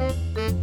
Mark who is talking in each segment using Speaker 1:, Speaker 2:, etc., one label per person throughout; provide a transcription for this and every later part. Speaker 1: 好的，好的，
Speaker 2: 好的，好的，好的，好的，
Speaker 3: 好的，好的，好的，好的，好的，好的，
Speaker 4: 好的，好的，好的，好的，好的，好的，
Speaker 5: 好的，好的，
Speaker 6: 好的，好的，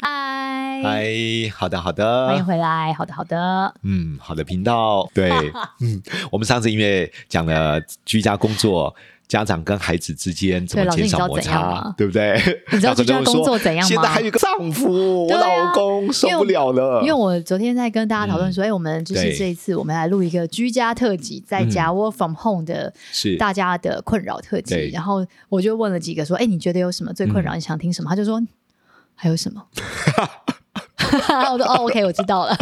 Speaker 3: 嗨，
Speaker 5: 嗨，哎好的，好
Speaker 3: 哎欢迎
Speaker 5: 的，
Speaker 3: 回来。好的，好的，
Speaker 5: 嗯，好的频道， 对，嗯，我们上次因为讲了居家工作。家长跟孩子之间怎么
Speaker 3: 对老师
Speaker 5: 减少
Speaker 3: 你
Speaker 5: 摩
Speaker 3: 知道怎样
Speaker 5: 擦
Speaker 3: 吗，
Speaker 5: 对不对？
Speaker 3: 你 知道
Speaker 5: 然后
Speaker 3: 居家
Speaker 5: 就说
Speaker 3: 工作怎样吗
Speaker 5: 现在还有一个丈夫，我
Speaker 3: 对啊
Speaker 5: 老公受
Speaker 3: 因为
Speaker 5: 不了了。
Speaker 3: 因为我昨天在跟大家讨论
Speaker 5: 嗯
Speaker 3: 说，哎、我们就是
Speaker 5: 对
Speaker 3: 这一次我们来录一个居家特辑，在家 work from home 的
Speaker 5: 是
Speaker 3: 大家的困扰特辑。
Speaker 5: 对嗯
Speaker 3: 然后我就问了几个说，哎、你觉得有什么最困扰？你想听什么？他就说还有什 么？我说哦，OK，我知道了，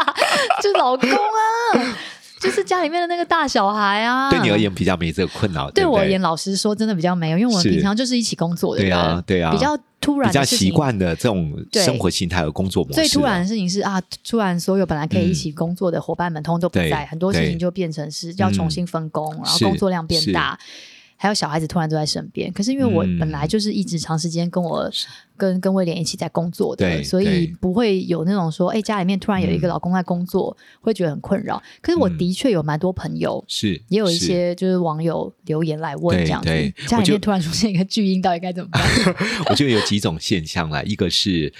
Speaker 3: 就老公啊，就是家里面的那个大小孩啊。
Speaker 5: 对你而，言比较没这个困扰，
Speaker 3: 对
Speaker 5: 不
Speaker 3: 我而
Speaker 5: 对
Speaker 3: 言，老实说，真的比较没有，因为我们
Speaker 5: 是
Speaker 3: 平常就是一起工作的
Speaker 5: 对
Speaker 3: 人，
Speaker 5: 啊，对啊，
Speaker 3: 比较突然
Speaker 5: 比较
Speaker 3: 的事情
Speaker 5: 习惯的这种
Speaker 3: 对
Speaker 5: 生活形态和工作模式啊。
Speaker 3: 最突然的事情是啊，突然所有本来可以一起工作的伙伴们，通通都不
Speaker 5: 对
Speaker 3: 在，很多事
Speaker 5: 对
Speaker 3: 情就变成是要重新分工，然后
Speaker 5: 是
Speaker 3: 工作量变大。还有小孩子突然都在身边，可是因为我
Speaker 5: 嗯
Speaker 3: 本来就是一直长时间跟我、跟跟威廉一起在工作的，
Speaker 5: 对
Speaker 3: 所以
Speaker 5: 对
Speaker 3: 不会有那种说，哎、家里面突然有一个
Speaker 5: 嗯
Speaker 3: 老公在工作，会觉得很困扰。可是我
Speaker 5: 嗯
Speaker 3: 的确有蛮多朋友，
Speaker 5: 是
Speaker 3: 也有一
Speaker 5: 是
Speaker 3: 些就是网友留言来问
Speaker 5: 对
Speaker 3: 这样子
Speaker 5: 对，
Speaker 3: 家
Speaker 5: 我
Speaker 3: 里
Speaker 5: 就
Speaker 3: 面突然出现一个巨婴，到底该怎么 办？
Speaker 5: 我觉得有几种现象啦，一个是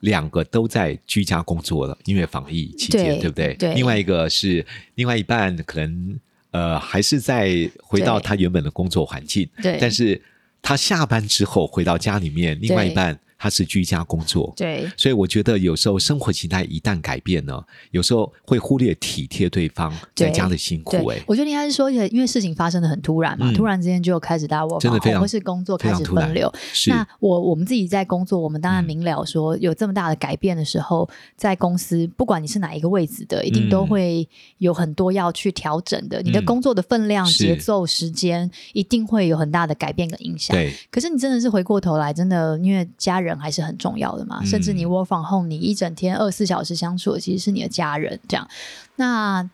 Speaker 5: 两个都在居家工作了，因为防疫期
Speaker 3: 对
Speaker 5: 间，对不对？
Speaker 3: 对
Speaker 5: 另外一个是另外一半可能呃还是在回到
Speaker 3: 对
Speaker 5: 他原本的工作环境，
Speaker 3: 对
Speaker 5: 但是他下班之后回到家里面，另外一半他是居家工作，
Speaker 3: 对，
Speaker 5: 所以我觉得有时候生活形态一旦改变呢，有时候会忽略体贴对方
Speaker 3: 对
Speaker 5: 在家的辛
Speaker 3: 对
Speaker 5: 苦、欸，，
Speaker 3: 我觉得应该是说，因为事情发生的很突然嘛，
Speaker 5: 嗯
Speaker 3: 突然之间就开始大家 work
Speaker 5: 真的
Speaker 3: from
Speaker 5: 非
Speaker 3: home，
Speaker 5: 常
Speaker 3: 或是工作
Speaker 5: 非
Speaker 3: 开
Speaker 5: 常
Speaker 3: 始
Speaker 5: 突然
Speaker 3: 分流。
Speaker 5: 是
Speaker 3: 那我我们自己在工作，我们当然
Speaker 5: 嗯
Speaker 3: 明了说有这么大的改变的时候，在公司不管你是哪一个位置的，一定都
Speaker 5: 嗯
Speaker 3: 会有很多要去调整的。你的
Speaker 5: 嗯
Speaker 3: 工作的分量、
Speaker 5: 是
Speaker 3: 节奏、时间，一定会有很大的改变跟影响。
Speaker 5: 对
Speaker 3: 可是你真的是回过头来，真的因为家人还是很重要的嘛，
Speaker 5: 嗯
Speaker 3: 甚至你 work from home，你一整天二十四小时相处的其实是你的家人这样。那嘖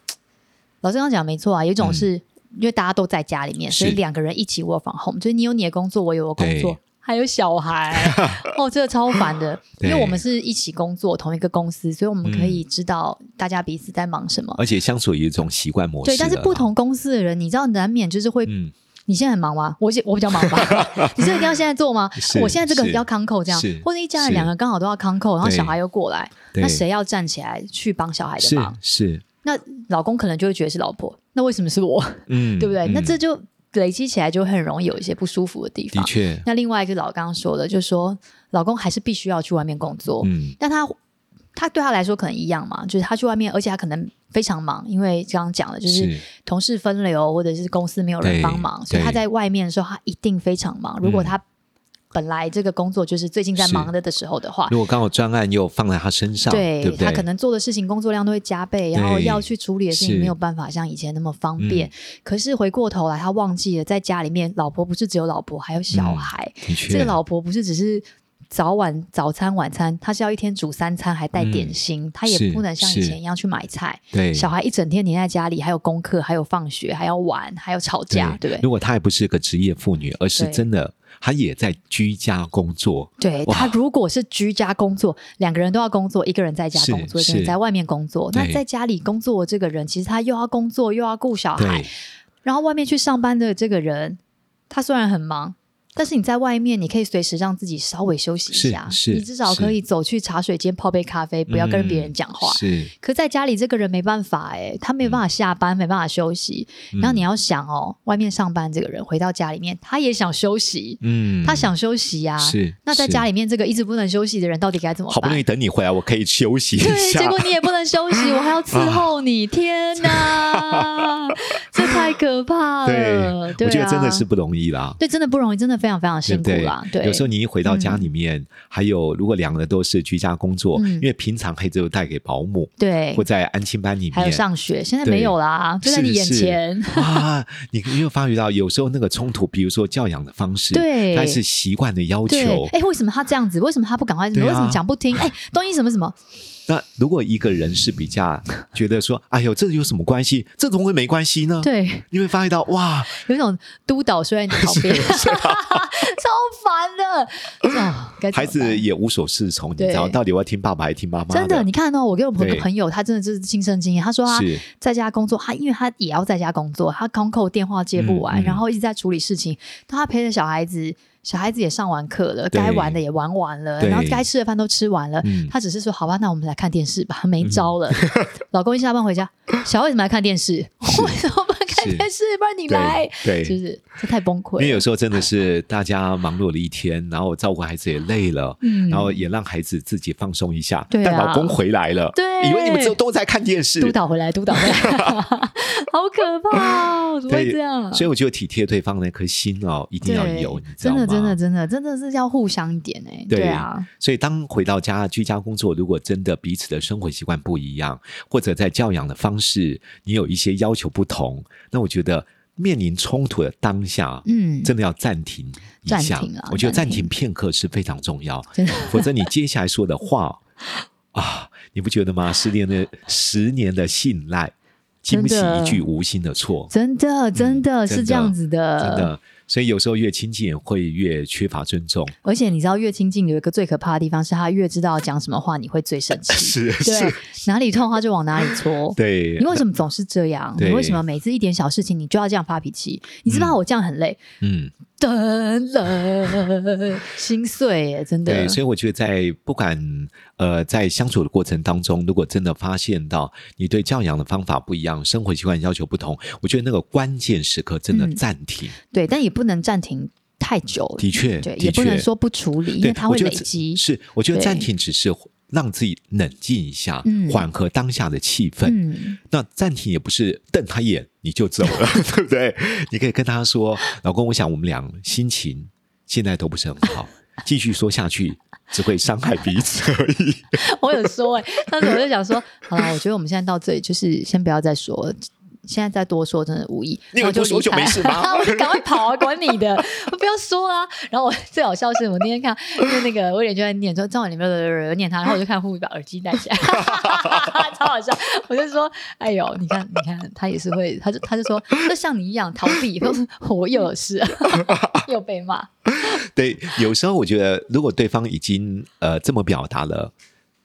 Speaker 3: 老师刚刚讲没错啊，有一种是、因为大家都在家里面，
Speaker 5: 嗯是
Speaker 3: 所以两个人一起 work from home，就是你有你的工作，我有我的工作
Speaker 5: 对。
Speaker 3: 还有小 孩哦，这个超烦的，因
Speaker 5: 对嗯
Speaker 3: 为我们是一起工作，同一个公司，所以我们可以知道大家彼此在忙什么。
Speaker 5: 而且相处有一种习惯哎模式
Speaker 3: 对，
Speaker 5: 了啦，
Speaker 3: 但是不同公司的人，你知道，难免就是会
Speaker 5: 嗯
Speaker 3: 你现在很忙吗？我现我比较忙 吧。你这一定要现在做吗
Speaker 5: 是？
Speaker 3: 我现在这个
Speaker 5: 是
Speaker 3: 要康扣这样
Speaker 5: 是，
Speaker 3: 或者一家人
Speaker 5: 是
Speaker 3: 两个刚好都要康扣，然后
Speaker 5: 对
Speaker 3: 小孩又过来，
Speaker 5: 对
Speaker 3: 那谁要站起来去帮小孩的
Speaker 5: 是
Speaker 3: 忙？
Speaker 5: 是
Speaker 3: 那老公可能就会觉得是老婆，那为什么是我？
Speaker 5: 嗯，
Speaker 3: 对不对？那
Speaker 5: 嗯
Speaker 3: 这就累积起来就很容易有一些不舒服的地
Speaker 5: 的
Speaker 3: 方。
Speaker 5: 确，
Speaker 3: 那另外一个老刚刚说的，就是说老公还是必须要去外面工作，
Speaker 5: 嗯，
Speaker 3: 但他他对他来说可能一样嘛，就是他去外面，而且他可能非常忙，因为刚刚讲了，就是
Speaker 5: 是
Speaker 3: 同事分流或者是公司没有人
Speaker 5: 对
Speaker 3: 帮忙，所以
Speaker 5: 对嗯
Speaker 3: 他在外面的时候，他一定非常忙。如果他本来这个工作就是最近在
Speaker 5: 是
Speaker 3: 忙的的时候的话。
Speaker 5: 如果刚好专案又放在他身上，
Speaker 3: 对
Speaker 5: 对不对？
Speaker 3: 他可能做的事情、工作量都会加倍，然后
Speaker 5: 对
Speaker 3: 要去处理的事
Speaker 5: 是
Speaker 3: 情没有办法像以前那么方便。
Speaker 5: 嗯
Speaker 3: 可是回过头来，他忘记了在家里面，老婆不是只有老婆，还有小
Speaker 5: 嗯
Speaker 3: 孩。
Speaker 5: 的确
Speaker 3: 这个老婆不是只是早晚早餐晚餐，她是要一天煮三餐，还带点心，她也
Speaker 5: 嗯是
Speaker 3: 不能像以
Speaker 5: 是
Speaker 3: 前一样去买菜。
Speaker 5: 对
Speaker 3: 小孩一整天黏在家里，还有功课，还有放学，还要玩，还要吵架，啊对不对？
Speaker 5: 如果她还不是个职业妇女，而是
Speaker 3: 对
Speaker 5: 真的她也在居家工作，
Speaker 3: 对
Speaker 5: 哇
Speaker 3: 他如果是居家工作，两个人都要工作，一个人在家
Speaker 5: 是
Speaker 3: 工作，一个人
Speaker 5: 是
Speaker 3: 在外面工作。那
Speaker 5: 对
Speaker 3: 在家里工作的这个人，其实他又要工作，又要顾小孩
Speaker 5: 对，，
Speaker 3: 然后外面去上班的这个人，他虽然很忙，但是你在外面，你可以随时让自己稍微休息一下，
Speaker 5: 是是嗯
Speaker 3: 你至少可以走去茶水间泡杯咖啡，不要跟别人讲话。
Speaker 5: 是
Speaker 3: 可在家里，这个人没办法哎、他没有办法下班，没办法休息。
Speaker 5: 嗯
Speaker 3: 然后你要想哦，外面上班这个人回到家里面，他也想休息，
Speaker 5: 嗯
Speaker 3: 他想休息呀、
Speaker 5: 是
Speaker 3: 那在
Speaker 5: 是
Speaker 3: 家里面，这个一直不能休息的人，到底该怎么办？
Speaker 5: 好不容易等你回来，我可以休息一
Speaker 3: 对，结
Speaker 5: 下 啊
Speaker 3: 果。你也不能休息，我还要伺候你，天 哪，这太可怕了。呃对，啊
Speaker 5: 我觉得真的是，不容易啦。
Speaker 3: 对，真的不容易，真的非常非常
Speaker 5: 对
Speaker 3: 辛苦
Speaker 5: 不对
Speaker 3: 啦。对，
Speaker 5: 有时候你一回到家里面，还有如果两个人都是居家工作，
Speaker 3: 嗯
Speaker 5: 因为平常可以只有带给保姆
Speaker 3: 对
Speaker 5: 或，在安亲班里面，
Speaker 3: 还有上学，现在
Speaker 5: 对
Speaker 3: 没有啦，就在你眼 前。
Speaker 5: 是啊！你你有发觉到，有时候那个冲突，比如说教养的方式，
Speaker 3: 对
Speaker 5: 它是习惯的要
Speaker 3: 对
Speaker 5: 求，，
Speaker 3: 哎，为什么他这样子？为什么他不赶快？
Speaker 5: 对啊啊
Speaker 3: 为什么讲不听？哎，东西什么什么？
Speaker 5: 那如果一个人是比较觉得说，哎呦，这有什么关系？这怎么会没关系呢？，
Speaker 3: 对，哎
Speaker 5: 你会发现到哇，
Speaker 3: 有一种督导睡在你旁 边，
Speaker 5: 啊
Speaker 3: 超烦的。啊，该怎么办
Speaker 5: 孩子也无所适从，你知道
Speaker 3: 对
Speaker 5: 到底我要听爸爸还是听妈妈
Speaker 3: 真的，
Speaker 5: 的，
Speaker 3: 你看哦到我跟我朋
Speaker 5: 对
Speaker 3: 朋友，他真的就是亲身经验。他说他
Speaker 5: 是
Speaker 3: 在家工作，他因为他也要在家工作，他空扣电话接不完，
Speaker 5: 嗯嗯
Speaker 3: 然后一直在处理事情。他陪着小孩子，小孩子也上完课了，
Speaker 5: 对
Speaker 3: 该玩的也玩完了，
Speaker 5: 对
Speaker 3: 然后该吃的饭都吃完了
Speaker 5: 嗯。
Speaker 3: 他只是说：“好吧，那我们来看电视吧。”没招了。 老公一下班回家，小孩为什么来看电视？ 为什么不看
Speaker 5: 是
Speaker 3: 电视？不然你来
Speaker 5: 对，对，
Speaker 3: 就是这太崩溃
Speaker 5: 因为有
Speaker 3: 了。
Speaker 5: 时候真的是大家忙碌了一天，然后照顾孩子也累了，
Speaker 3: 嗯
Speaker 5: 然后也让孩子自己放松一下。
Speaker 3: 对啊
Speaker 5: 但老公回来了，
Speaker 3: 对
Speaker 5: 以为你们都都在看电视，
Speaker 3: 督导回来，督导回来， 好可怕哦！怎么会
Speaker 5: 对
Speaker 3: 这样啊？
Speaker 5: 所以我觉得体贴对方那颗心哦，一定要
Speaker 3: 对
Speaker 5: 有，你知
Speaker 3: 真
Speaker 5: 道吗？
Speaker 3: 的，真的，。真的，真的是要互相一点哎、
Speaker 5: 对
Speaker 3: 对啊，
Speaker 5: 所以当回到家居家工作，如果真的彼此的生活习惯不一样，或者在教养的方式你有一些要求不同，那我觉得面临冲突的当下，
Speaker 3: 嗯，
Speaker 5: 真的要暂停一
Speaker 3: 暂
Speaker 5: 下
Speaker 3: 停啊。
Speaker 5: 我觉得
Speaker 3: 暂
Speaker 5: 暂
Speaker 3: 停
Speaker 5: 停片刻是非常重要，
Speaker 3: 真的
Speaker 5: 否则你接下来说的话 啊，你不觉得吗？失恋的十年的信赖，
Speaker 3: 真
Speaker 5: 惊
Speaker 3: 的
Speaker 5: 喜一句无心的错，
Speaker 3: 真的，真的是
Speaker 5: 嗯真
Speaker 3: 这样
Speaker 5: 的
Speaker 3: 子的，
Speaker 5: 真的。所以有时候越亲近也会越缺乏 尊重，
Speaker 3: 而且你知道，越亲近有一个最可怕的地方是，他越知道讲什么话，你会最生气。
Speaker 5: 是
Speaker 3: 对，哪里痛他就往哪里戳。
Speaker 5: 对
Speaker 3: 你，为什么总是这样？你
Speaker 5: 对
Speaker 3: 为什么每次一点小事情你就要这样发脾气？你知不知道我这样很累，
Speaker 5: 嗯，
Speaker 3: 真的心碎耶，真的
Speaker 5: 对。。所以我觉得在不管呃在相处的过程当中，如果真的发现到你对教养的方法不一样，生活习惯要求不同，我觉得那个关键时刻真的
Speaker 3: 嗯
Speaker 5: 暂停。
Speaker 3: 对，但也不能暂停太久。
Speaker 5: 的确
Speaker 3: 对，
Speaker 5: 的
Speaker 3: 也不能
Speaker 5: 确
Speaker 3: 说不处理，因为
Speaker 5: 对，
Speaker 3: 它
Speaker 5: 我
Speaker 3: 会
Speaker 5: 觉得
Speaker 3: 累
Speaker 5: 这
Speaker 3: 积。
Speaker 5: 是，我觉得
Speaker 3: 对
Speaker 5: 暂停只是让自己冷静一下，
Speaker 3: 嗯
Speaker 5: 缓和当下的气氛。
Speaker 3: 嗯，
Speaker 5: 那暂停也不是瞪他眼你就走 了，对不对？你可以跟他说：“老公，我想我们俩心情现在都不是很好，继续说下去只会伤害彼 此而已。
Speaker 3: 我有说哎、但是我就想说，好了，我觉得我们现在到这里，就是先不要再说了。现在再多说真的无益，
Speaker 5: 你以为
Speaker 3: 然后就
Speaker 5: 不说
Speaker 3: 离
Speaker 5: 就
Speaker 3: 开
Speaker 5: 没事吗
Speaker 3: 然后我就赶快跑啊，管你的，我不要说啊。然后我最好笑是我那天看，因为那个威廉就在念说张婉玲有念他，然后我就看护把耳机戴起来， 超好笑。我就说，哎呦，你看你看，他也是会，他就他就说，就像你一样逃避， 我说我又有事， 又被骂。
Speaker 5: 对，有时候我觉得，如果对方已经呃这么表达了，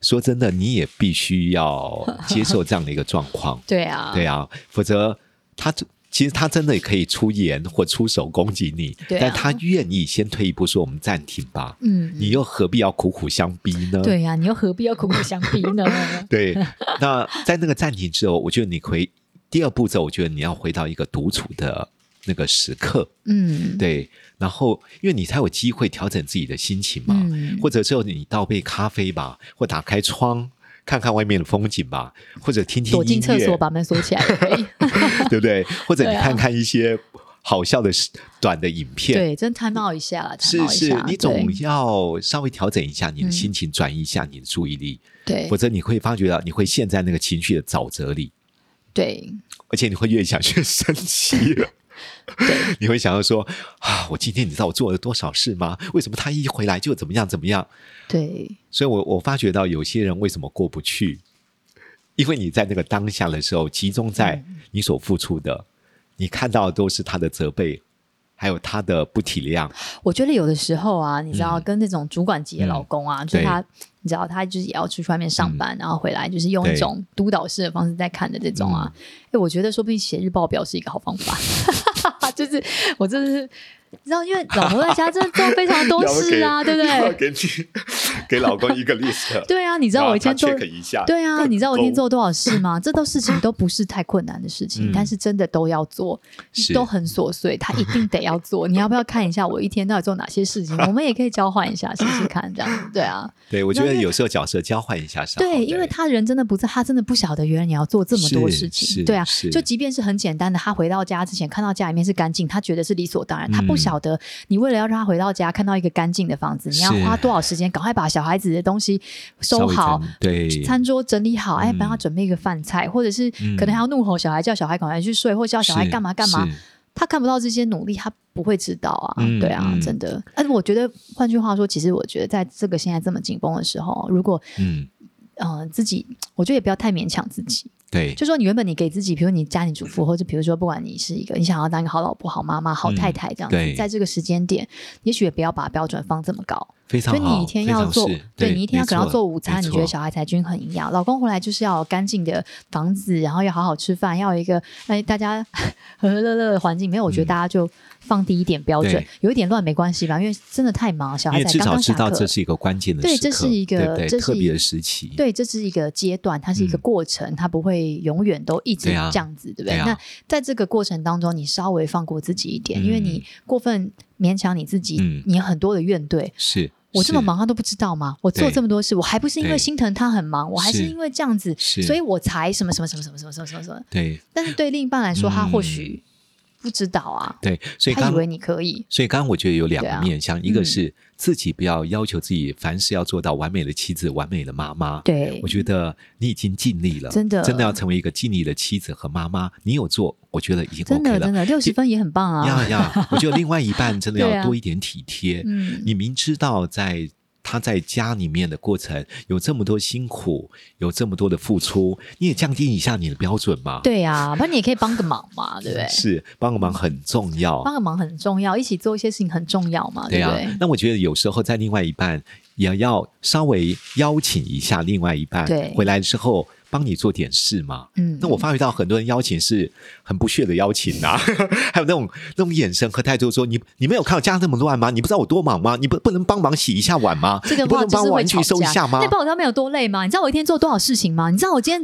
Speaker 5: 说真的，你也必须要接受这样的一个状 况。
Speaker 3: 对啊，
Speaker 5: 对啊，否则他其实他真的可以出言或出手攻击你，
Speaker 3: 对啊
Speaker 5: 但他愿意先退一步说我们暂停吧，
Speaker 3: 嗯，
Speaker 5: 你又何必要苦苦相逼呢？
Speaker 3: 对呀、你又何必要苦苦相逼呢？
Speaker 5: 对那在那个暂停之后，我觉得你可以第二步骤，我觉得你要回到一个独处的那个时刻，
Speaker 3: 嗯，
Speaker 5: 对，然后因为你才有机会调整自己的心情嘛，
Speaker 3: 嗯
Speaker 5: 或者之后你倒杯咖啡吧，或打开窗。看看外面的风景吧，或者听听音
Speaker 3: 躲
Speaker 5: 乐，
Speaker 3: 进厕所把门锁起来哎也可以。
Speaker 5: 对不对？或者
Speaker 3: 对
Speaker 5: 你
Speaker 3: 啊
Speaker 5: 看看一些好笑的视短的影片。
Speaker 3: 对，真 time out 一下啦，time
Speaker 5: 是
Speaker 3: out 一
Speaker 5: 是
Speaker 3: 下，
Speaker 5: 你总要稍微调整一下你的
Speaker 3: 嗯
Speaker 5: 心情，转移一下你的注意力，
Speaker 3: 对对
Speaker 5: 否则你会发觉到你会陷在那个情绪的沼泽里，
Speaker 3: 对
Speaker 5: 而且你会越想越生气了。你会想要说啊，我今天你知道我做了多少事吗？为什么他一回来就怎么样怎么样？
Speaker 3: 对，
Speaker 5: 所以我我发觉到有些人为什么过不去，因为你在那个当下的时候，集中在
Speaker 3: 嗯
Speaker 5: 你所付出的，你看到的都是他的责备，还有他的不体谅。
Speaker 3: 我觉得有的时候啊，你知道，
Speaker 5: 嗯
Speaker 3: 跟那种主管级的老公啊，就是
Speaker 5: 对
Speaker 3: 他，你知道，他就是也要出去外面上班，然后回来就是用一
Speaker 5: 对
Speaker 3: 种督导式的方式在看的这种啊，
Speaker 5: 嗯
Speaker 3: 哎、我觉得说不定写日报表是一个好方法。 就是我真的是，你知道，因为老婆在家真的做非常 多事啊，对不对？
Speaker 5: 给你给老公一个 list，
Speaker 3: 对啊，你知道我一天做，
Speaker 5: 一下
Speaker 3: 对啊，你知道我一天
Speaker 5: 工
Speaker 3: 做了多少事吗？这都事情都不是太困难的事情，
Speaker 5: 嗯
Speaker 3: 但是真的都要做，
Speaker 5: 是
Speaker 3: 都很琐碎，他一定得要做。你要不要看一下我一天到底做哪些事情？我们也可以交换一下，试试看，这样子对 啊，
Speaker 5: 对我觉
Speaker 3: 那
Speaker 5: 得
Speaker 3: 因为
Speaker 5: 有时候角色交换一下是好的
Speaker 3: 对，因为他人真的不在，他真的不晓得原来你要做这么多
Speaker 5: 是
Speaker 3: 事情，
Speaker 5: 是
Speaker 3: 对啊
Speaker 5: 是，
Speaker 3: 就即便是很简单的，他回到家之前看到家里面是干净，他觉得是理所当然，他不
Speaker 5: 嗯
Speaker 3: 晓得你为了要让他回到家看到一个干净的房子，你要
Speaker 5: 是
Speaker 3: 花多少时间，赶快把小孩子的东西
Speaker 5: 稍
Speaker 3: 收
Speaker 5: 微
Speaker 3: 好
Speaker 5: 整，对
Speaker 3: 餐桌整理好，哎，
Speaker 5: 嗯
Speaker 3: 帮他准备一个饭菜，或者是
Speaker 5: 嗯
Speaker 3: 可能还要怒吼小孩，叫小孩赶快去睡，或叫啊小孩
Speaker 5: 是
Speaker 3: 干嘛干嘛
Speaker 5: 是。
Speaker 3: 他看不到这些努力，他不会知道啊，
Speaker 5: 嗯
Speaker 3: 对啊，
Speaker 5: 嗯
Speaker 3: 真的。但是我觉得，换句话说，其实我觉得，在这个现在这么紧绷的时候，如果
Speaker 5: 嗯，
Speaker 3: 呃自己，我觉得也不要太勉强自己。
Speaker 5: 对，
Speaker 3: 就说你原本你给自己，比如你家庭主妇，或者比如说不管你是一个你想要当一个好老婆、好妈妈、好太太这样子，
Speaker 5: 嗯对
Speaker 3: 在这个时间点，也许也不要把标准放这么高。
Speaker 5: 非常
Speaker 3: 所
Speaker 5: 好。
Speaker 3: 以你一天要
Speaker 5: 非常
Speaker 3: 做
Speaker 5: 是，
Speaker 3: 对
Speaker 5: 对
Speaker 3: 你一天要
Speaker 5: 没
Speaker 3: 可能要
Speaker 5: 错
Speaker 3: 做午餐，
Speaker 5: 没
Speaker 3: 你觉得
Speaker 5: 错
Speaker 3: 小孩才均衡营养。老公回来就是要有干净的房子，然后要好好吃饭，要有一个哎大家 和和乐乐的环境。没有，我觉得大家就放低一点标准
Speaker 5: 嗯对，
Speaker 3: 有一点乱没关系吧，因为真的太忙，小
Speaker 5: 因
Speaker 3: 孩
Speaker 5: 为
Speaker 3: 才
Speaker 5: 至
Speaker 3: 刚
Speaker 5: 少
Speaker 3: 刚
Speaker 5: 知
Speaker 3: 下
Speaker 5: 道
Speaker 3: 课。
Speaker 5: 这是一个关键的
Speaker 3: 对
Speaker 5: 时
Speaker 3: 这
Speaker 5: 刻
Speaker 3: 是一个
Speaker 5: 对不对
Speaker 3: 这是
Speaker 5: 特
Speaker 3: 一
Speaker 5: 别
Speaker 3: 个
Speaker 5: 的时期。
Speaker 3: 对，这是一个阶段，它是一个
Speaker 5: 嗯
Speaker 3: 过程，它不会永远都一直
Speaker 5: 对啊
Speaker 3: 这样子，对不
Speaker 5: 对啊
Speaker 3: 那在这个过程当中，你稍微放过自己一点，因为你
Speaker 5: 嗯
Speaker 3: 过分勉强你自己，
Speaker 5: 嗯
Speaker 3: 你有很多的怨怼。
Speaker 5: 是
Speaker 3: 我这么
Speaker 5: 是
Speaker 3: 忙，他都不知道吗？我做
Speaker 5: 对
Speaker 3: 这么多事，我还不是因为
Speaker 5: 对
Speaker 3: 心疼他很忙，我还是
Speaker 5: 是
Speaker 3: 因为这样子，
Speaker 5: 是
Speaker 3: 所以我才什么什么什么什么什么什么什么什么。
Speaker 5: 对
Speaker 3: 但是对另一半来说，他或
Speaker 5: 嗯
Speaker 3: 许不知道啊，
Speaker 5: 对，所以
Speaker 3: 他
Speaker 5: 刚
Speaker 3: 以为你可以，
Speaker 5: 所以刚刚我觉得有两
Speaker 3: 对啊
Speaker 5: 个面向，一
Speaker 3: 嗯
Speaker 5: 个是自己不要要求自己凡事要做到完美的妻子、完美的妈妈。
Speaker 3: 对
Speaker 5: 我觉得你已经尽力了，
Speaker 3: 真的
Speaker 5: 真的要成为一个尽力的妻子和妈妈。你有做，我觉得已经
Speaker 3: 真的
Speaker 5: OK
Speaker 3: 真
Speaker 5: 了。
Speaker 3: 的六十
Speaker 5: 第
Speaker 3: 分也很棒啊。
Speaker 5: 呀呀，我觉得另外一半真的
Speaker 3: 对啊
Speaker 5: 要多一点体贴。
Speaker 3: 嗯，
Speaker 5: 你明知道在他在家里面的过程有这么多辛苦，有这么多的付出，你也降低一下你的标准嘛。
Speaker 3: 对呀、不然你也可以帮个忙嘛，对不对？
Speaker 5: 是帮个忙很重要。
Speaker 3: 帮个忙很重要，一起做一些事情很重要嘛，
Speaker 5: 对
Speaker 3: 不
Speaker 5: 啊
Speaker 3: 对？，
Speaker 5: 那我觉得有时候在另外一半也要稍微邀请一下另外一半，
Speaker 3: 对
Speaker 5: 回来之后帮你做点事嘛。
Speaker 3: 嗯
Speaker 5: 那我发觉到很多人邀请是很不屑的邀请呐、 还有那种那种眼神和态度说，你你没有看到家这么乱吗？你不知道我多忙吗？你不不能帮忙洗一下碗吗？
Speaker 3: 这个
Speaker 5: 你不
Speaker 3: 话
Speaker 5: 能
Speaker 3: 就
Speaker 5: 帮
Speaker 3: 是会
Speaker 5: 玩具
Speaker 3: 吵
Speaker 5: 收一
Speaker 3: 架。
Speaker 5: 下吗
Speaker 3: 那？帮我他们有多累吗？你知道我一天做多少事情吗？你知道我今天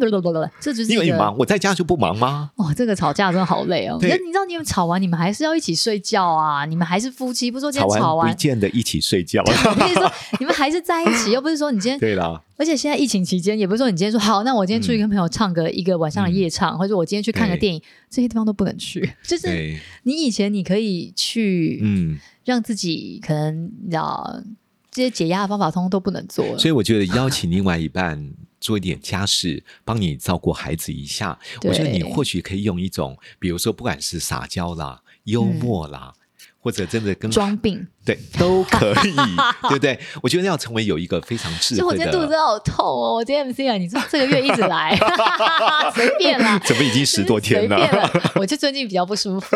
Speaker 3: 这就是一
Speaker 5: 因
Speaker 3: 个
Speaker 5: 为你忙，我在家就不忙吗？
Speaker 3: 哦，这个吵架真的好累哦。
Speaker 5: 对
Speaker 3: 那你知道你们吵完，你们还是要一起睡觉啊，你们还是夫妻，不是说今
Speaker 5: 吵
Speaker 3: 天
Speaker 5: 完
Speaker 3: 吵
Speaker 5: 不
Speaker 3: 完， 啊
Speaker 5: 见得一起睡觉
Speaker 3: 我跟你说，你们还是在一起，又不是说你今天。
Speaker 5: 对啦，
Speaker 3: 而且现在疫情期间，也不是说你今天说好，那我今天出去跟朋友唱个一个晚上的夜唱，或者我今天去看个
Speaker 5: 嗯对
Speaker 3: 电影，这些地方都不能去。 就是
Speaker 5: 对，
Speaker 3: 你以前你可以去，
Speaker 5: 嗯。
Speaker 3: 让自己可能你知道这些解压的方法，通通都不能做了。
Speaker 5: 所以我觉得邀请另外一半做一点家事，帮你照顾孩子一下，我觉得你
Speaker 3: 对
Speaker 5: 或许可以用一种，比如说不管是撒娇啦、幽默啦，或者真的跟
Speaker 3: 嗯装病，
Speaker 5: 对都可 以，对不对？我觉得要成为有一个非常智
Speaker 3: 所以我
Speaker 5: 慧
Speaker 3: 今天肚子真
Speaker 5: 的。
Speaker 3: 的好痛哦！我今天 MC 啊，你说这个月一直来， 随便啦，
Speaker 5: 怎么已经十多天
Speaker 3: 随
Speaker 5: 了？
Speaker 3: 便 了。我就最近比较不舒服，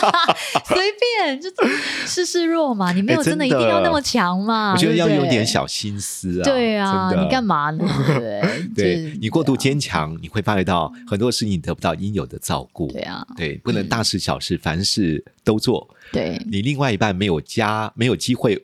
Speaker 3: 随便就示示弱嘛，你没有
Speaker 5: 哎真
Speaker 3: 真
Speaker 5: 的
Speaker 3: 的一定要那么强嘛，
Speaker 5: 我觉得要
Speaker 3: 对不
Speaker 5: 有
Speaker 3: 对
Speaker 5: 点。小心思啊。
Speaker 3: 对啊，
Speaker 5: 真的
Speaker 3: 你干？嘛 呢？对不对，就是
Speaker 5: 对你过度坚强，你会发觉到很多事情得不到应有的照顾。
Speaker 3: 对啊，
Speaker 5: 对，不能大事小事，凡事都做。
Speaker 3: 对，
Speaker 5: 你另外一半没有家，没有机会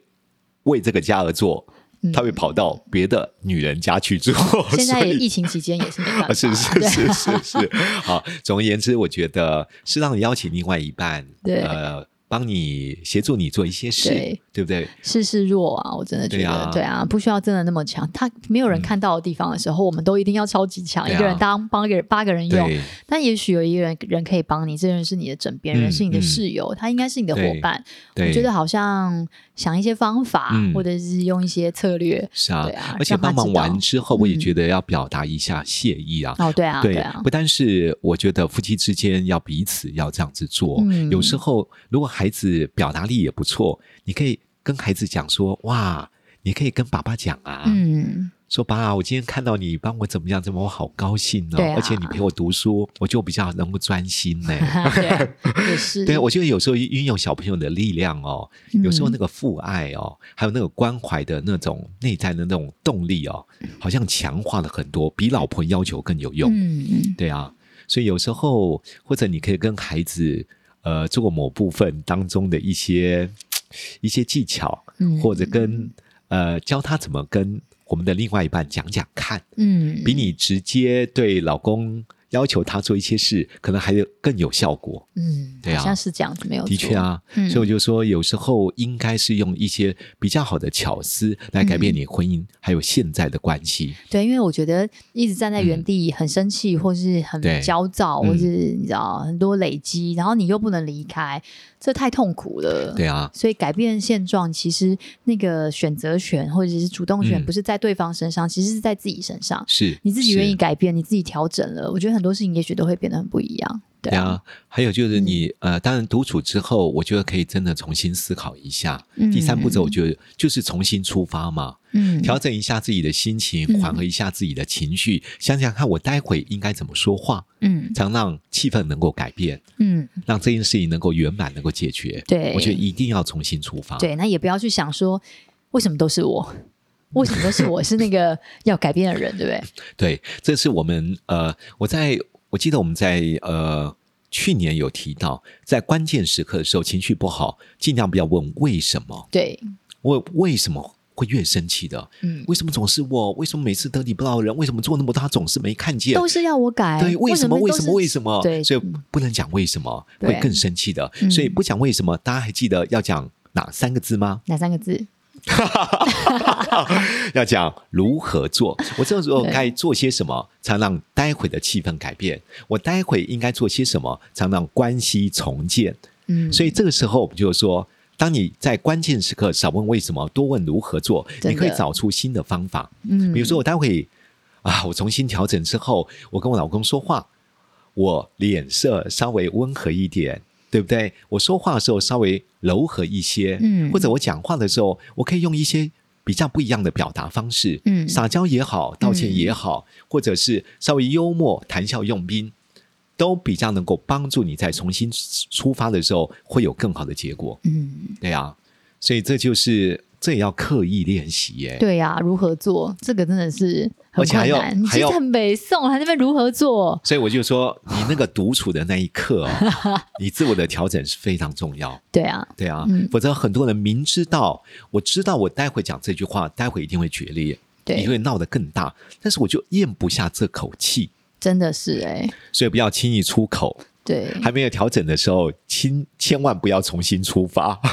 Speaker 5: 为这个家而做，
Speaker 3: 嗯
Speaker 5: 他会跑到别的女人家去做。
Speaker 3: 现在
Speaker 5: 哦 所
Speaker 3: 也
Speaker 5: 以哦啊
Speaker 3: 疫情期间也是没办 法，
Speaker 5: 是是
Speaker 3: 对
Speaker 5: 是是是，好。总而言之，我觉得适当地邀请另外一半，
Speaker 3: 对
Speaker 5: 呃，帮你协助你做一些事，
Speaker 3: 对
Speaker 5: 对不对？
Speaker 3: 示示弱啊，我真的觉得，
Speaker 5: 对
Speaker 3: 对
Speaker 5: 啊嗯
Speaker 3: 啊不需要真的那么强。他没有人看到的地方的时候，我们都一定要超级强，
Speaker 5: 对啊
Speaker 3: 一个人当八个人八个人用。
Speaker 5: 对
Speaker 3: 但也许有一个人人可以帮你，这个人是你的枕边人，
Speaker 5: 嗯
Speaker 3: 是你的室友，他应该是你的伙伴。
Speaker 5: 对
Speaker 3: 我觉得好像想一些方法，
Speaker 5: 嗯
Speaker 3: 或者是用一些策略。
Speaker 5: 是啊
Speaker 3: 对啊，
Speaker 5: 而且
Speaker 3: 让他
Speaker 5: 帮忙
Speaker 3: 知道
Speaker 5: 完之后，我也
Speaker 3: 嗯
Speaker 5: 觉得要表达一下谢意啊。
Speaker 3: 哦，对啊，对啊
Speaker 5: 不，单是我觉得夫妻之间要彼此要这样子做，
Speaker 3: 嗯
Speaker 5: 有时候如果孩子表达力也不错，你可以跟孩子讲说：“哇，你可以跟爸爸讲啊，
Speaker 3: 嗯，
Speaker 5: 说爸，我今天看到你帮我怎么样，怎么我好高兴哦，
Speaker 3: 对啊
Speaker 5: 而且你陪我读书，我就比较能够专心 呢、
Speaker 3: 对啊， 也是，
Speaker 5: 对，我觉得有时候运用小朋友的力量哦，有时候
Speaker 3: 嗯
Speaker 5: 那个父爱哦，还有那个关怀的那种内在的那种动力哦，好像强化了很多，比老婆要求更有用。
Speaker 3: 嗯，
Speaker 5: 对啊，所以有时候或者你可以跟孩子呃做某部分当中的一些一些技巧，
Speaker 3: 嗯
Speaker 5: 或者跟呃教他怎么跟我们的另外一半讲讲看，
Speaker 3: 嗯，
Speaker 5: 比你直接对老公要求他做一些事，可能还有更有效果。
Speaker 3: 嗯，
Speaker 5: 对啊
Speaker 3: 好像是这样子，没有错
Speaker 5: 的确，啊，
Speaker 3: 嗯
Speaker 5: 所以我就说，有时候应该是用一些比较好的巧思来改
Speaker 3: 嗯
Speaker 5: 变你婚姻，还有现在的关系。
Speaker 3: 对，因为我觉得一直站在原
Speaker 5: 嗯
Speaker 3: 地很生气，或是很
Speaker 5: 对
Speaker 3: 焦躁，或
Speaker 5: 嗯
Speaker 3: 是你知道很多累积，然后你又不能离开，这太痛苦了。
Speaker 5: 对啊，
Speaker 3: 所以改变现状，其实那个选择权或者是主动权，
Speaker 5: 嗯
Speaker 3: 不是在对方身上，其实是在自己身上。
Speaker 5: 是
Speaker 3: 你自己愿意
Speaker 5: 是
Speaker 3: 改变，你自己调整了，我觉得很多事情也许都会变得很不一样。对啊，
Speaker 5: 还有就是你、呃，当然独处之后，我觉得可以真的重新思考一下。
Speaker 3: 嗯
Speaker 5: 第三步骤，我觉得就是重新出发嘛，
Speaker 3: 嗯，
Speaker 5: 调整一下自己的心情，
Speaker 3: 嗯
Speaker 5: 缓和一下自己的情绪，想想看我待会应该怎么说话，
Speaker 3: 嗯
Speaker 5: 才能让气氛能够改变，
Speaker 3: 嗯，
Speaker 5: 让这件事情能够圆满，能够解决。
Speaker 3: 对
Speaker 5: 我觉得一定要重新出发。
Speaker 3: 对，那也不要去想说为什么都是我，为什么都是我是那个要改变的人，对不对？
Speaker 5: 对，这是我们呃，我在我记得我们在呃去年有提到，在关键时刻的时候，情绪不好，尽量不要问为什么，
Speaker 3: 对，
Speaker 5: 我为什么会越生气的？
Speaker 3: 嗯，
Speaker 5: 为什么总是我？为什么每次得理不饶人？为什么做那么多他总是没看见？
Speaker 3: 都是要我改，
Speaker 5: 对，为什么？为
Speaker 3: 都
Speaker 5: 什
Speaker 3: 是
Speaker 5: 么？为什么？
Speaker 3: 对，
Speaker 5: 所以
Speaker 3: 嗯
Speaker 5: 不能讲为什么，
Speaker 3: 对
Speaker 5: 会更生气的。
Speaker 3: 嗯
Speaker 5: 所以不讲为什么，大家还记得要讲哪三个字吗？
Speaker 3: 哪三个字？
Speaker 5: 要讲如何做，我这时候
Speaker 3: 对
Speaker 5: 该做些什么，才能让待会的气氛改变？我待会应该做些什么，才能让关系重建？
Speaker 3: 嗯，
Speaker 5: 所以这个时候，我们就说，当你在关键时刻少问为什么，多问如何做，
Speaker 3: 真的
Speaker 5: 你可以找出新的方法。
Speaker 3: 嗯，
Speaker 5: 比如说，我待会啊，我重新调整之后，我跟我老公说话，我脸色稍微温和一点，对不对？我说话的时候稍微柔和一些，
Speaker 3: 嗯
Speaker 5: 或者我讲话的时候，我可以用一些比较不一样的表达方式，
Speaker 3: 嗯
Speaker 5: 撒娇也好，道歉也好，或者是稍微幽默、谈笑用兵。都比较能够帮助你在重新出发的时候会有更好的结果，
Speaker 3: 嗯，
Speaker 5: 对啊，所以这就是这也要刻意练习耶。
Speaker 3: 对呀、如何做？这个真的是很
Speaker 5: 而且还
Speaker 3: 困
Speaker 5: 要
Speaker 3: 难，
Speaker 5: 还要
Speaker 3: 就是很北宋，还在那边如何做？
Speaker 5: 所以我就说，你那个独处的那一刻、 哦，你自我的调整是非常重要。
Speaker 3: 对啊，
Speaker 5: 对啊，
Speaker 3: 嗯
Speaker 5: 否则很多人明知道，我知道我待会讲这句话，待会一定会决裂，
Speaker 3: 对
Speaker 5: 你会闹得更大，但是我就咽不下这口气，
Speaker 3: 真的是哎、
Speaker 5: 所以不要轻易出口。
Speaker 3: 对，
Speaker 5: 还没有调整的时候，千千万不要重新出发。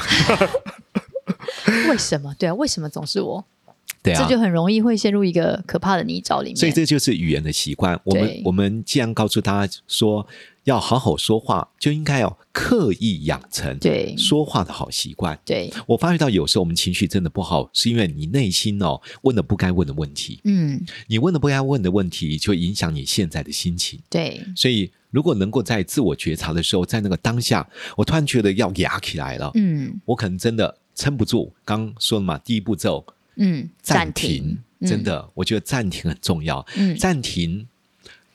Speaker 3: 为什么？对啊，为什么总是我？
Speaker 5: 对啊，
Speaker 3: 这就很容易会陷入一个可怕的泥沼里面。
Speaker 5: 所以这就是语言的习惯。我们
Speaker 3: 对
Speaker 5: 我们既然告诉大家说要好好说话，就应该要刻意养成
Speaker 3: 对
Speaker 5: 说话的好习惯。
Speaker 3: 对，
Speaker 5: 我发觉到有时候我们情绪真的不好，是因为你内心哦问了不该问的问题，
Speaker 3: 嗯，
Speaker 5: 你问了不该问的问题，就影响你现在的心情。
Speaker 3: 对，
Speaker 5: 所以，如果能够在自我觉察的时候，在那个当下，我突然觉得要压起来了，
Speaker 3: 嗯
Speaker 5: 我可能真的撑不住。刚说了嘛，第一步骤
Speaker 3: 嗯，
Speaker 5: 暂
Speaker 3: 停
Speaker 5: 停，，真的，我觉得暂停很重要。
Speaker 3: 嗯，
Speaker 5: 暂停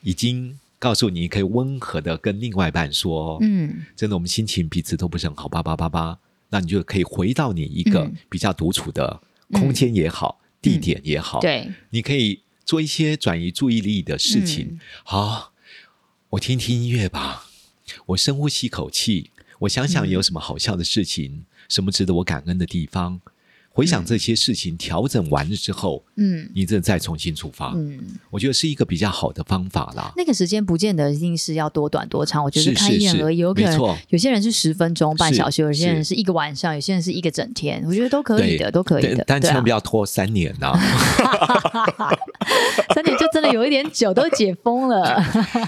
Speaker 5: 已经告诉你，可以温和的跟另外一半说，
Speaker 3: 嗯
Speaker 5: 真的我们心情彼此都不是很好，叭叭叭叭，那你就可以回到你一个
Speaker 3: 嗯
Speaker 5: 比较独处的空间也好，地点也好，
Speaker 3: 嗯，，对，
Speaker 5: 你可以做一些转移注意力的事情。
Speaker 3: 嗯
Speaker 5: 好，我听听音乐吧，我深呼吸一口气，我想想有什么好笑的事情，什么值得我感恩的地方。回想这些事情，调整完了之后，
Speaker 3: 嗯
Speaker 5: 你这再重新出发，
Speaker 3: 嗯，
Speaker 5: 我觉得是一个比较好的方法啦。
Speaker 3: 那个时间不见得一定是要多短多长，我觉得
Speaker 5: 是
Speaker 3: 看
Speaker 5: 是
Speaker 3: 一人
Speaker 5: 是
Speaker 3: 而已。有可
Speaker 5: 没错
Speaker 3: 能有些人是十分钟、半
Speaker 5: 是
Speaker 3: 小时，有些人
Speaker 5: 是
Speaker 3: 是一个晚上，有些人是一个整天，我觉得都可以
Speaker 5: 对
Speaker 3: 的，都可以
Speaker 5: 对
Speaker 3: 的。
Speaker 5: 但
Speaker 3: 对
Speaker 5: 千
Speaker 3: 啊
Speaker 5: 万不要拖三年啊呐、
Speaker 3: 三点就真的有一点久，都解封了。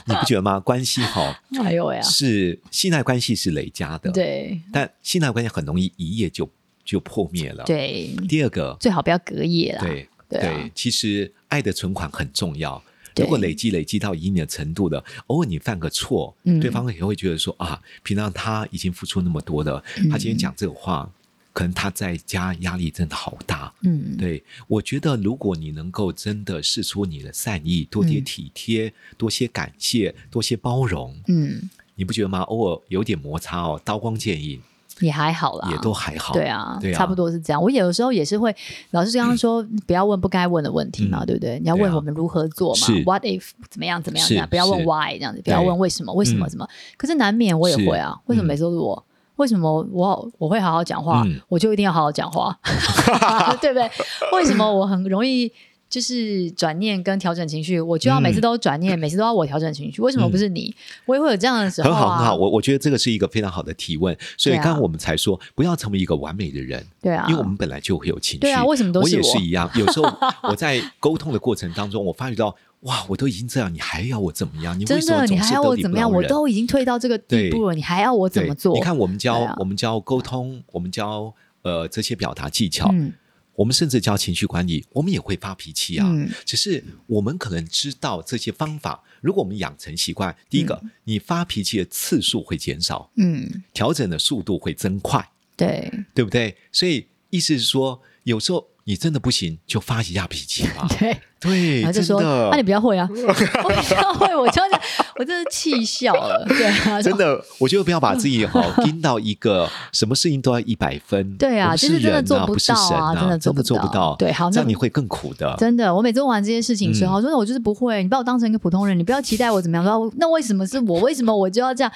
Speaker 5: 你不觉得吗？关系好
Speaker 3: 哎呦喂啊！
Speaker 5: 是信赖关系是累加的，，
Speaker 3: 对
Speaker 5: 但信赖关系很容易一夜就就破灭了。，
Speaker 3: 对，
Speaker 5: 第二个，
Speaker 3: 最好不要隔夜啦。
Speaker 5: 对
Speaker 3: 对啊
Speaker 5: 其实爱的存款很重要。
Speaker 3: 对
Speaker 5: 如果累积累积到一定的程度了，偶尔你犯个错，
Speaker 3: 嗯
Speaker 5: 对方也会觉得说啊，平常他已经付出那么多了，
Speaker 3: 嗯
Speaker 5: 他今天讲这个话，可能他在家压力真的好大。
Speaker 3: 嗯，
Speaker 5: 对，我觉得如果你能够真的试出你的善意，多些
Speaker 3: 嗯
Speaker 5: 体贴，多些感谢，多些包容，
Speaker 3: 嗯，
Speaker 5: 你不觉得吗？偶尔有点摩擦哦，刀光剑影
Speaker 3: 也还好啦，
Speaker 5: 也都还好。
Speaker 3: 对啊，
Speaker 5: 对啊
Speaker 3: 差不多是这样。我有时候也是会，老师刚刚说不要问不该问的问题嘛，
Speaker 5: 嗯
Speaker 3: 对不对？你要
Speaker 5: 对
Speaker 3: 问
Speaker 5: 啊
Speaker 3: 我们如何做嘛
Speaker 5: 是
Speaker 3: ，what if 怎么样怎么样
Speaker 5: 是
Speaker 3: 怎么样，不要问
Speaker 5: 是
Speaker 3: why 这样子，不要问为什么为什么
Speaker 5: 嗯
Speaker 3: 什么。可是难免我也
Speaker 5: 是
Speaker 3: 会啊，为什么每次都是我？为什么我我会好好讲话
Speaker 5: 嗯，
Speaker 3: 我就一定要好好讲 话， 对不对？为什么我很容易？就是转念跟调整情绪，我就要每次都转
Speaker 5: 嗯
Speaker 3: 念，每次都要我调整情绪，为什么不是你？我也会有这样的时候
Speaker 5: 很
Speaker 3: 啊。
Speaker 5: 好，很好，我我觉得这个是一个非常好的提问，所以
Speaker 3: 对啊
Speaker 5: 刚刚我们才说不要成为一个完美的人，
Speaker 3: 对啊，
Speaker 5: 因为我们本来就会有情绪。
Speaker 3: 对啊为什么都是
Speaker 5: 我？也
Speaker 3: 我
Speaker 5: 是一样，有时 候我在沟通的过程当中，我发觉到哇，我都已经这样，你还要我怎么样？你为
Speaker 3: 真
Speaker 5: 什么
Speaker 3: 的，你
Speaker 5: 总是
Speaker 3: 还要
Speaker 5: 都
Speaker 3: 我
Speaker 5: 理
Speaker 3: 怎
Speaker 5: 不
Speaker 3: 么样？
Speaker 5: 饶
Speaker 3: 我
Speaker 5: 人
Speaker 3: 都已经退到这个地步了，你还要我怎
Speaker 5: 对
Speaker 3: 么做？
Speaker 5: 你看，我们教、
Speaker 3: 对啊
Speaker 5: 我们教沟通，我们教呃这些表达技巧，
Speaker 3: 嗯，
Speaker 5: 我们甚至教情绪管理，我们也会发脾气啊。
Speaker 3: 嗯
Speaker 5: 只是我们可能知道这些方法，如果我们养成习惯，第一个，你发脾气的次数会减少，
Speaker 3: 嗯，
Speaker 5: 调整的速度会增快，
Speaker 3: 对。
Speaker 5: 对不对？所以意思是说，有时候你真的不行，就发一下脾气吧
Speaker 3: 对，
Speaker 5: 对，
Speaker 3: 然后就说
Speaker 5: 真的
Speaker 3: 啊，你比较会 啊，我比较会，我就想，我真是气笑了，对啊，
Speaker 5: 真的，我觉得不要把自己哈盯到一个什么事情都要一百分。
Speaker 3: 对啊
Speaker 5: 我们
Speaker 3: 就是是真的
Speaker 5: 人
Speaker 3: 做
Speaker 5: 啊
Speaker 3: 不
Speaker 5: 不是神
Speaker 3: 到啊
Speaker 5: 啊，
Speaker 3: 真的做
Speaker 5: 真的
Speaker 3: 不
Speaker 5: 做不
Speaker 3: 到
Speaker 5: 到。
Speaker 3: 对好那
Speaker 5: 这样你
Speaker 3: 我
Speaker 5: 会更苦的。
Speaker 3: 真的，我每次做完这些事情之
Speaker 5: 嗯
Speaker 3: 后，我说我就是不会，你把我当成一个普通人，你不要期待我怎么样。说那为什么是我？为什么我就要这样？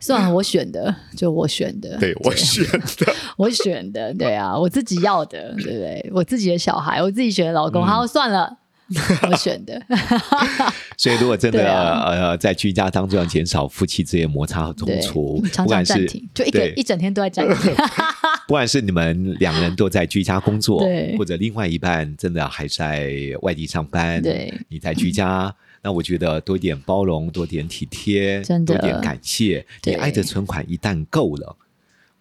Speaker 3: 算了，我选的，就我选的，啊
Speaker 4: 对我选的，
Speaker 3: 我选的，对啊，我自己要的，对不对？我自己的小孩，我自己选的
Speaker 5: 嗯
Speaker 3: 老公，好，算了，我选的，
Speaker 5: 所以，如果真的、
Speaker 3: 对啊
Speaker 5: 呃，在居家当中要减少夫妻之间的摩擦和冲
Speaker 3: 对嗯
Speaker 5: 突，，
Speaker 3: 常
Speaker 5: 不
Speaker 3: 常
Speaker 5: 管是
Speaker 3: 暂停，就一个
Speaker 5: 对
Speaker 3: 一整天都在暂 停，
Speaker 5: 不管是你们两人都在居家工作
Speaker 3: 对，
Speaker 5: 或者另外一半真的还在外地上班，
Speaker 3: 对，嗯
Speaker 5: 你在居家。那我觉得多一点包容，多一点体贴，
Speaker 3: 真的
Speaker 5: 多一点感谢。
Speaker 3: 对
Speaker 5: 你爱的存款一旦够了，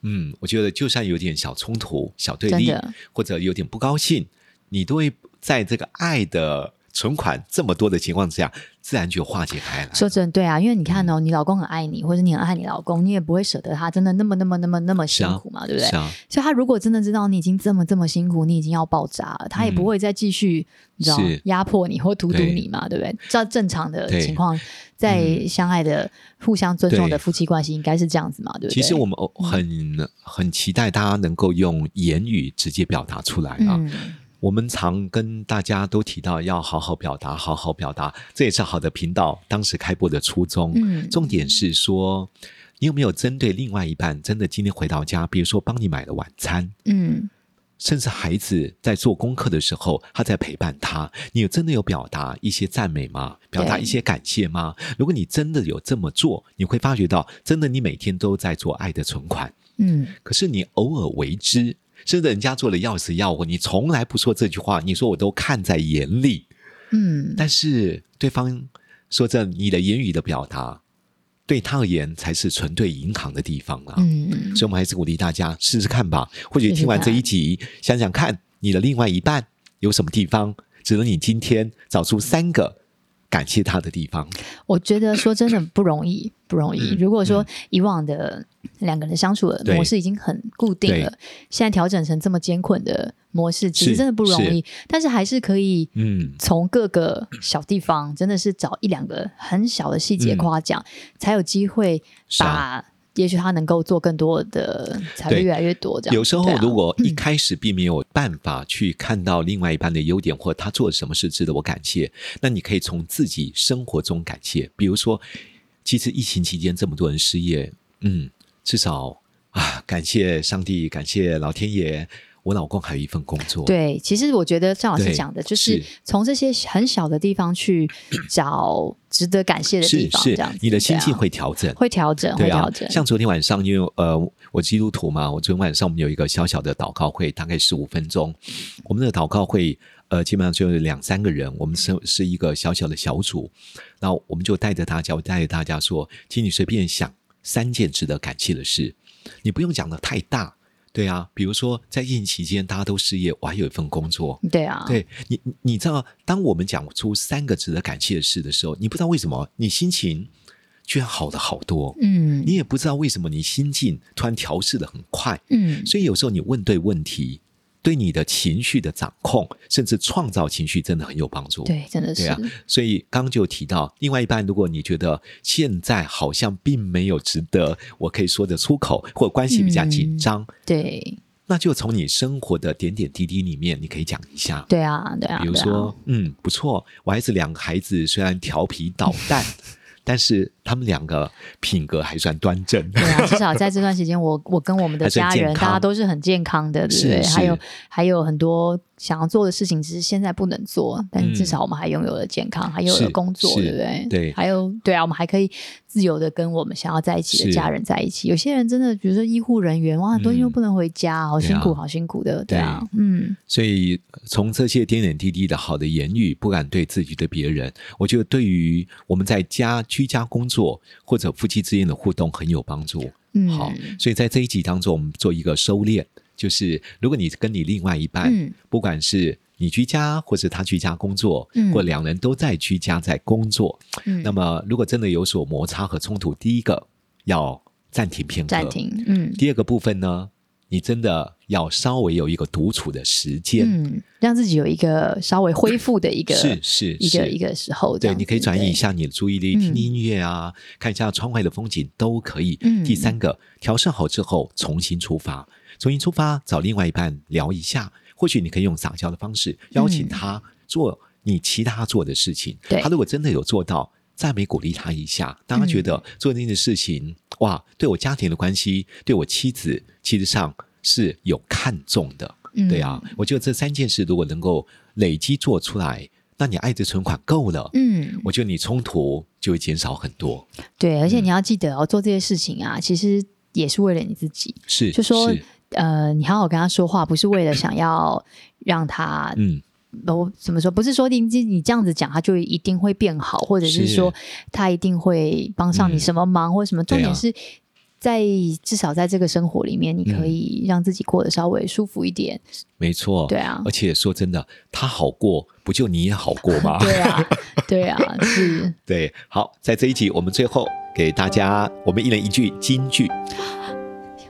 Speaker 5: 嗯，我觉得就算有点小冲突、小对
Speaker 3: 真
Speaker 5: 立
Speaker 3: 的，
Speaker 5: 或者有点不高兴，你都会在这个爱的存款这么多的情况之下，自然就化解开来。
Speaker 3: 说真的，对啊，因为你看哦，你老公很爱你，或者你很爱你老公，你也不会舍得他真的那么那么那么那么
Speaker 5: 是
Speaker 3: 辛
Speaker 5: 啊
Speaker 3: 苦嘛，对不对
Speaker 5: 是？啊，
Speaker 3: 所以他如果真的知道你已经这么这么辛苦，你已经要爆炸了，他也不会再继续、你知道
Speaker 5: 是
Speaker 3: 压迫你或荼毒
Speaker 5: 对
Speaker 3: 你嘛，对不对？照正常的
Speaker 5: 对
Speaker 3: 情况，在相爱的、互相尊重的
Speaker 5: 对
Speaker 3: 夫妻关系，应该是这样子嘛，对不对？嗯
Speaker 5: 其实我们哦很很期待大家能够用言语直接表达出来啊。
Speaker 3: 嗯，
Speaker 5: 我们常跟大家都提到要好好表达，好好表达，这也是好的频道当时开播的初衷。
Speaker 3: 嗯
Speaker 5: 重点是说，你有没有针对另外一半，真的今天回到家，比如说帮你买了晚餐，
Speaker 3: 嗯，
Speaker 5: 甚至孩子在做功课的时候，他在陪伴他，你有真的有表达一些赞美吗？表达
Speaker 3: 对
Speaker 5: 一些感谢吗？如果你真的有这么做，你会发觉到，真的你每天都在做爱的存款。
Speaker 3: 嗯，
Speaker 5: 可是你偶尔为之，甚至人家做的要死要活，你从来不说这句话，你说我都看在眼里。
Speaker 3: 嗯，
Speaker 5: 但是对方说这你的言语的表达，对他而言才是存对银行的地方啦、
Speaker 3: 嗯，
Speaker 5: 所以我们还是鼓励大家试试看吧。或许听完
Speaker 3: 试
Speaker 5: 这
Speaker 3: 试看
Speaker 5: 一集，想想看你的另外一半有什么地方值得你今天找出三个感谢他的地方。
Speaker 3: 我觉得说真的不容易，不容易。
Speaker 5: 嗯
Speaker 3: 如果说以往的两个人相处的模式已经很固定了，现在调整成这么艰困的模式，其实
Speaker 5: 是
Speaker 3: 真的不容
Speaker 5: 是
Speaker 3: 易。但是还是可以，
Speaker 5: 嗯
Speaker 3: 从各个小地方，真的是找一两个很小的细节
Speaker 5: 嗯
Speaker 3: 夸奖，才有机会
Speaker 5: 是啊
Speaker 3: 把。也许他能够做更多的，才会
Speaker 5: 对
Speaker 3: 越来越多这样。
Speaker 5: 有时候
Speaker 3: 对啊
Speaker 5: 如果一开始并没有办法去看到另外一半的优点，或他做了什么事值得我感谢，那你可以从自己生活中感谢。比如说，其实疫情期间这么多人失业，嗯，至少啊，感谢上帝，感谢老天爷，我老公还有一份工作。
Speaker 3: 对，其实我觉得张老师
Speaker 5: 对
Speaker 3: 讲的，就是
Speaker 5: 是
Speaker 3: 从这些很小的地方去找值得感谢的地
Speaker 5: 是
Speaker 3: 方，
Speaker 5: 是
Speaker 3: 这样子，
Speaker 5: 你的
Speaker 3: 对
Speaker 5: 心境
Speaker 3: 啊
Speaker 5: 会调整。
Speaker 3: 会调整，会
Speaker 5: 对啊
Speaker 3: 调，整。
Speaker 5: 像昨天晚上，因为呃，我基督徒嘛，我昨天晚上我们有一个小小的祷告会，大概十五分钟。我们的祷告会，呃，基本上就是两三个人，我们是是一个小小的小组。那我们就带着大家，我带着大家说，请你随便想三件值得感谢的事，你不用讲的太大。对啊，比如说在疫情期间大家都失业，我还有一份工作，
Speaker 3: 对啊，
Speaker 5: 对你，你你知道，当我们讲出三个值得感谢的事的时候，你不知道为什么你心情居然好了好多，
Speaker 3: 嗯
Speaker 5: 你也不知道为什么你心境突然调试的很快。
Speaker 3: 嗯，
Speaker 5: 所以有时候你问对问题，对你的情绪的掌控，甚至创造情绪，真的很有帮助。
Speaker 3: 对，真的
Speaker 5: 对
Speaker 3: 是，
Speaker 5: 啊，所以刚刚就提到，另外一半，如果你觉得现在好像并没有值得我可以说得出口，或关系比较
Speaker 3: 嗯
Speaker 5: 紧张，
Speaker 3: 对
Speaker 5: 那就从你生活的点点滴滴里面，你可以讲一下。
Speaker 3: 对啊，对啊，
Speaker 5: 比如
Speaker 3: 对啊
Speaker 5: 说，嗯，不错，我还是两个孩子，虽然调皮捣 蛋，但是他们两个品格还算端正。
Speaker 3: 对啊，至少在这段时间，我我跟我们的
Speaker 5: 还是很
Speaker 3: 家
Speaker 5: 健
Speaker 3: 人，
Speaker 5: 康
Speaker 3: 大家都是很健康的，对不对？
Speaker 5: 是是
Speaker 3: 还有还有很多想要做的事情，只是现在不能做，但是
Speaker 5: 嗯
Speaker 3: 至少我们还拥有了健康，还有了
Speaker 5: 是
Speaker 3: 工作，
Speaker 5: 是
Speaker 3: 对不对？
Speaker 5: 对
Speaker 3: 还有对啊，我们还可以自由的跟我们想要在一起的
Speaker 5: 是
Speaker 3: 家人在一起。有些人真的，比如说医护人员，哇，很多
Speaker 5: 嗯
Speaker 3: 天都不能回家，好辛苦，
Speaker 5: 对啊
Speaker 3: 好辛苦的，对啊，嗯，
Speaker 5: 所以呃从这些点点滴滴的好的言语，不管对自己对别人，我觉得对于我们在家居家工作或者夫妻之间的互动很有帮助。
Speaker 3: 嗯
Speaker 5: 好，所以在这一集当中，我们做一个收敛，就是如果你跟你另外一半，
Speaker 3: 嗯
Speaker 5: 哎不管是你居家或是他居家工作，
Speaker 3: 嗯
Speaker 5: 或两人都在居家在工作，
Speaker 3: 嗯
Speaker 5: 那么如果真的有所摩擦和冲突，第一个要暂停片刻，
Speaker 3: 暂停，嗯
Speaker 5: 第二个部分呢，你真的要稍微有一个独处的时间，
Speaker 3: 嗯，让自己有一个稍微恢复的一个
Speaker 5: 是是
Speaker 3: 一个
Speaker 5: 是
Speaker 3: 一个时候这
Speaker 5: 对，
Speaker 3: 样子，
Speaker 5: 你可以转移一下你的注意力，听
Speaker 3: 嗯
Speaker 5: 音乐啊，看一下窗外的风景都可以。
Speaker 3: 嗯
Speaker 5: 第三个，调试好之后重新出发，重新出发找另外一半聊一下，或许你可以用撒娇的方
Speaker 3: 嗯
Speaker 5: 式邀请他做你其他做的事情。
Speaker 3: 对
Speaker 5: 他如果真的有做到。赞美鼓励他一下，当他觉
Speaker 3: 嗯
Speaker 5: 得做这件事情，哇，对我家庭的关系，对我妻子，其实上是有看重的。
Speaker 3: 对
Speaker 5: 对啊，，我觉得这三件事如果能够累积做出来，那你爱的存款够了，
Speaker 3: 嗯嗯，
Speaker 5: 我觉得你冲突就会减少很多。
Speaker 3: 对，而且
Speaker 5: 嗯
Speaker 3: 你要记得哦，做这些事情啊，其实也是为了你自己，
Speaker 5: 是，
Speaker 3: 就说
Speaker 5: 是
Speaker 3: 呃，你好好跟他说话，不是为了想要让他
Speaker 5: 嗯，
Speaker 3: 我怎么说？不是说你你你这样子讲，他就一定会变好，或者是
Speaker 5: 是
Speaker 3: 说他一定会帮上你
Speaker 5: 嗯
Speaker 3: 什么忙、或者什么。重
Speaker 5: 对啊
Speaker 3: 点是在至少在这个生活里面，你
Speaker 5: 嗯
Speaker 3: 可以让自己过得稍微舒服一点。
Speaker 5: 没错。
Speaker 3: 对啊
Speaker 5: 而且说真的，他好过，不就你也好过吗？
Speaker 3: 对啊，对啊，是
Speaker 5: 对，好，在这一集我们最后给大家，我们一人一句金句，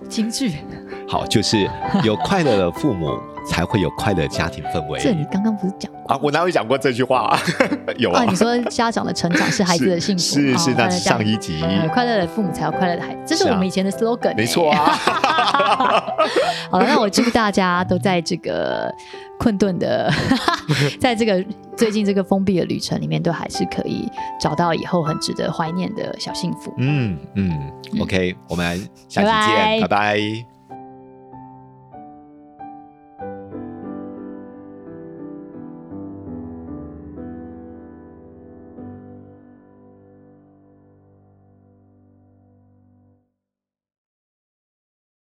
Speaker 3: 京剧。
Speaker 5: 好，就是有快乐的父母才会有快乐的家庭氛围。
Speaker 3: 这你刚刚不是讲
Speaker 5: 啊，我哪有讲过这句话、啊？ 有
Speaker 3: 啊？
Speaker 5: 啊
Speaker 3: 你，说家长的成长是孩子的幸福，
Speaker 5: 是
Speaker 3: 哦
Speaker 5: 是是，
Speaker 3: 快乐
Speaker 5: 那
Speaker 3: 的
Speaker 5: 是
Speaker 3: 家
Speaker 5: 上一集，
Speaker 3: 呃快乐的父母才有快乐的孩子，这是
Speaker 5: 是啊
Speaker 3: 我们以前的 slogan、欸
Speaker 5: 没错。啊。
Speaker 3: 好了，那我祝大家都在这个困顿 的，在这个最近这个封闭的旅程里面，都还是可以找到以后很值得怀念的小幸福。
Speaker 5: 嗯嗯
Speaker 3: 嗯
Speaker 5: ，OK，我们下期见，
Speaker 3: 拜拜
Speaker 5: 拜拜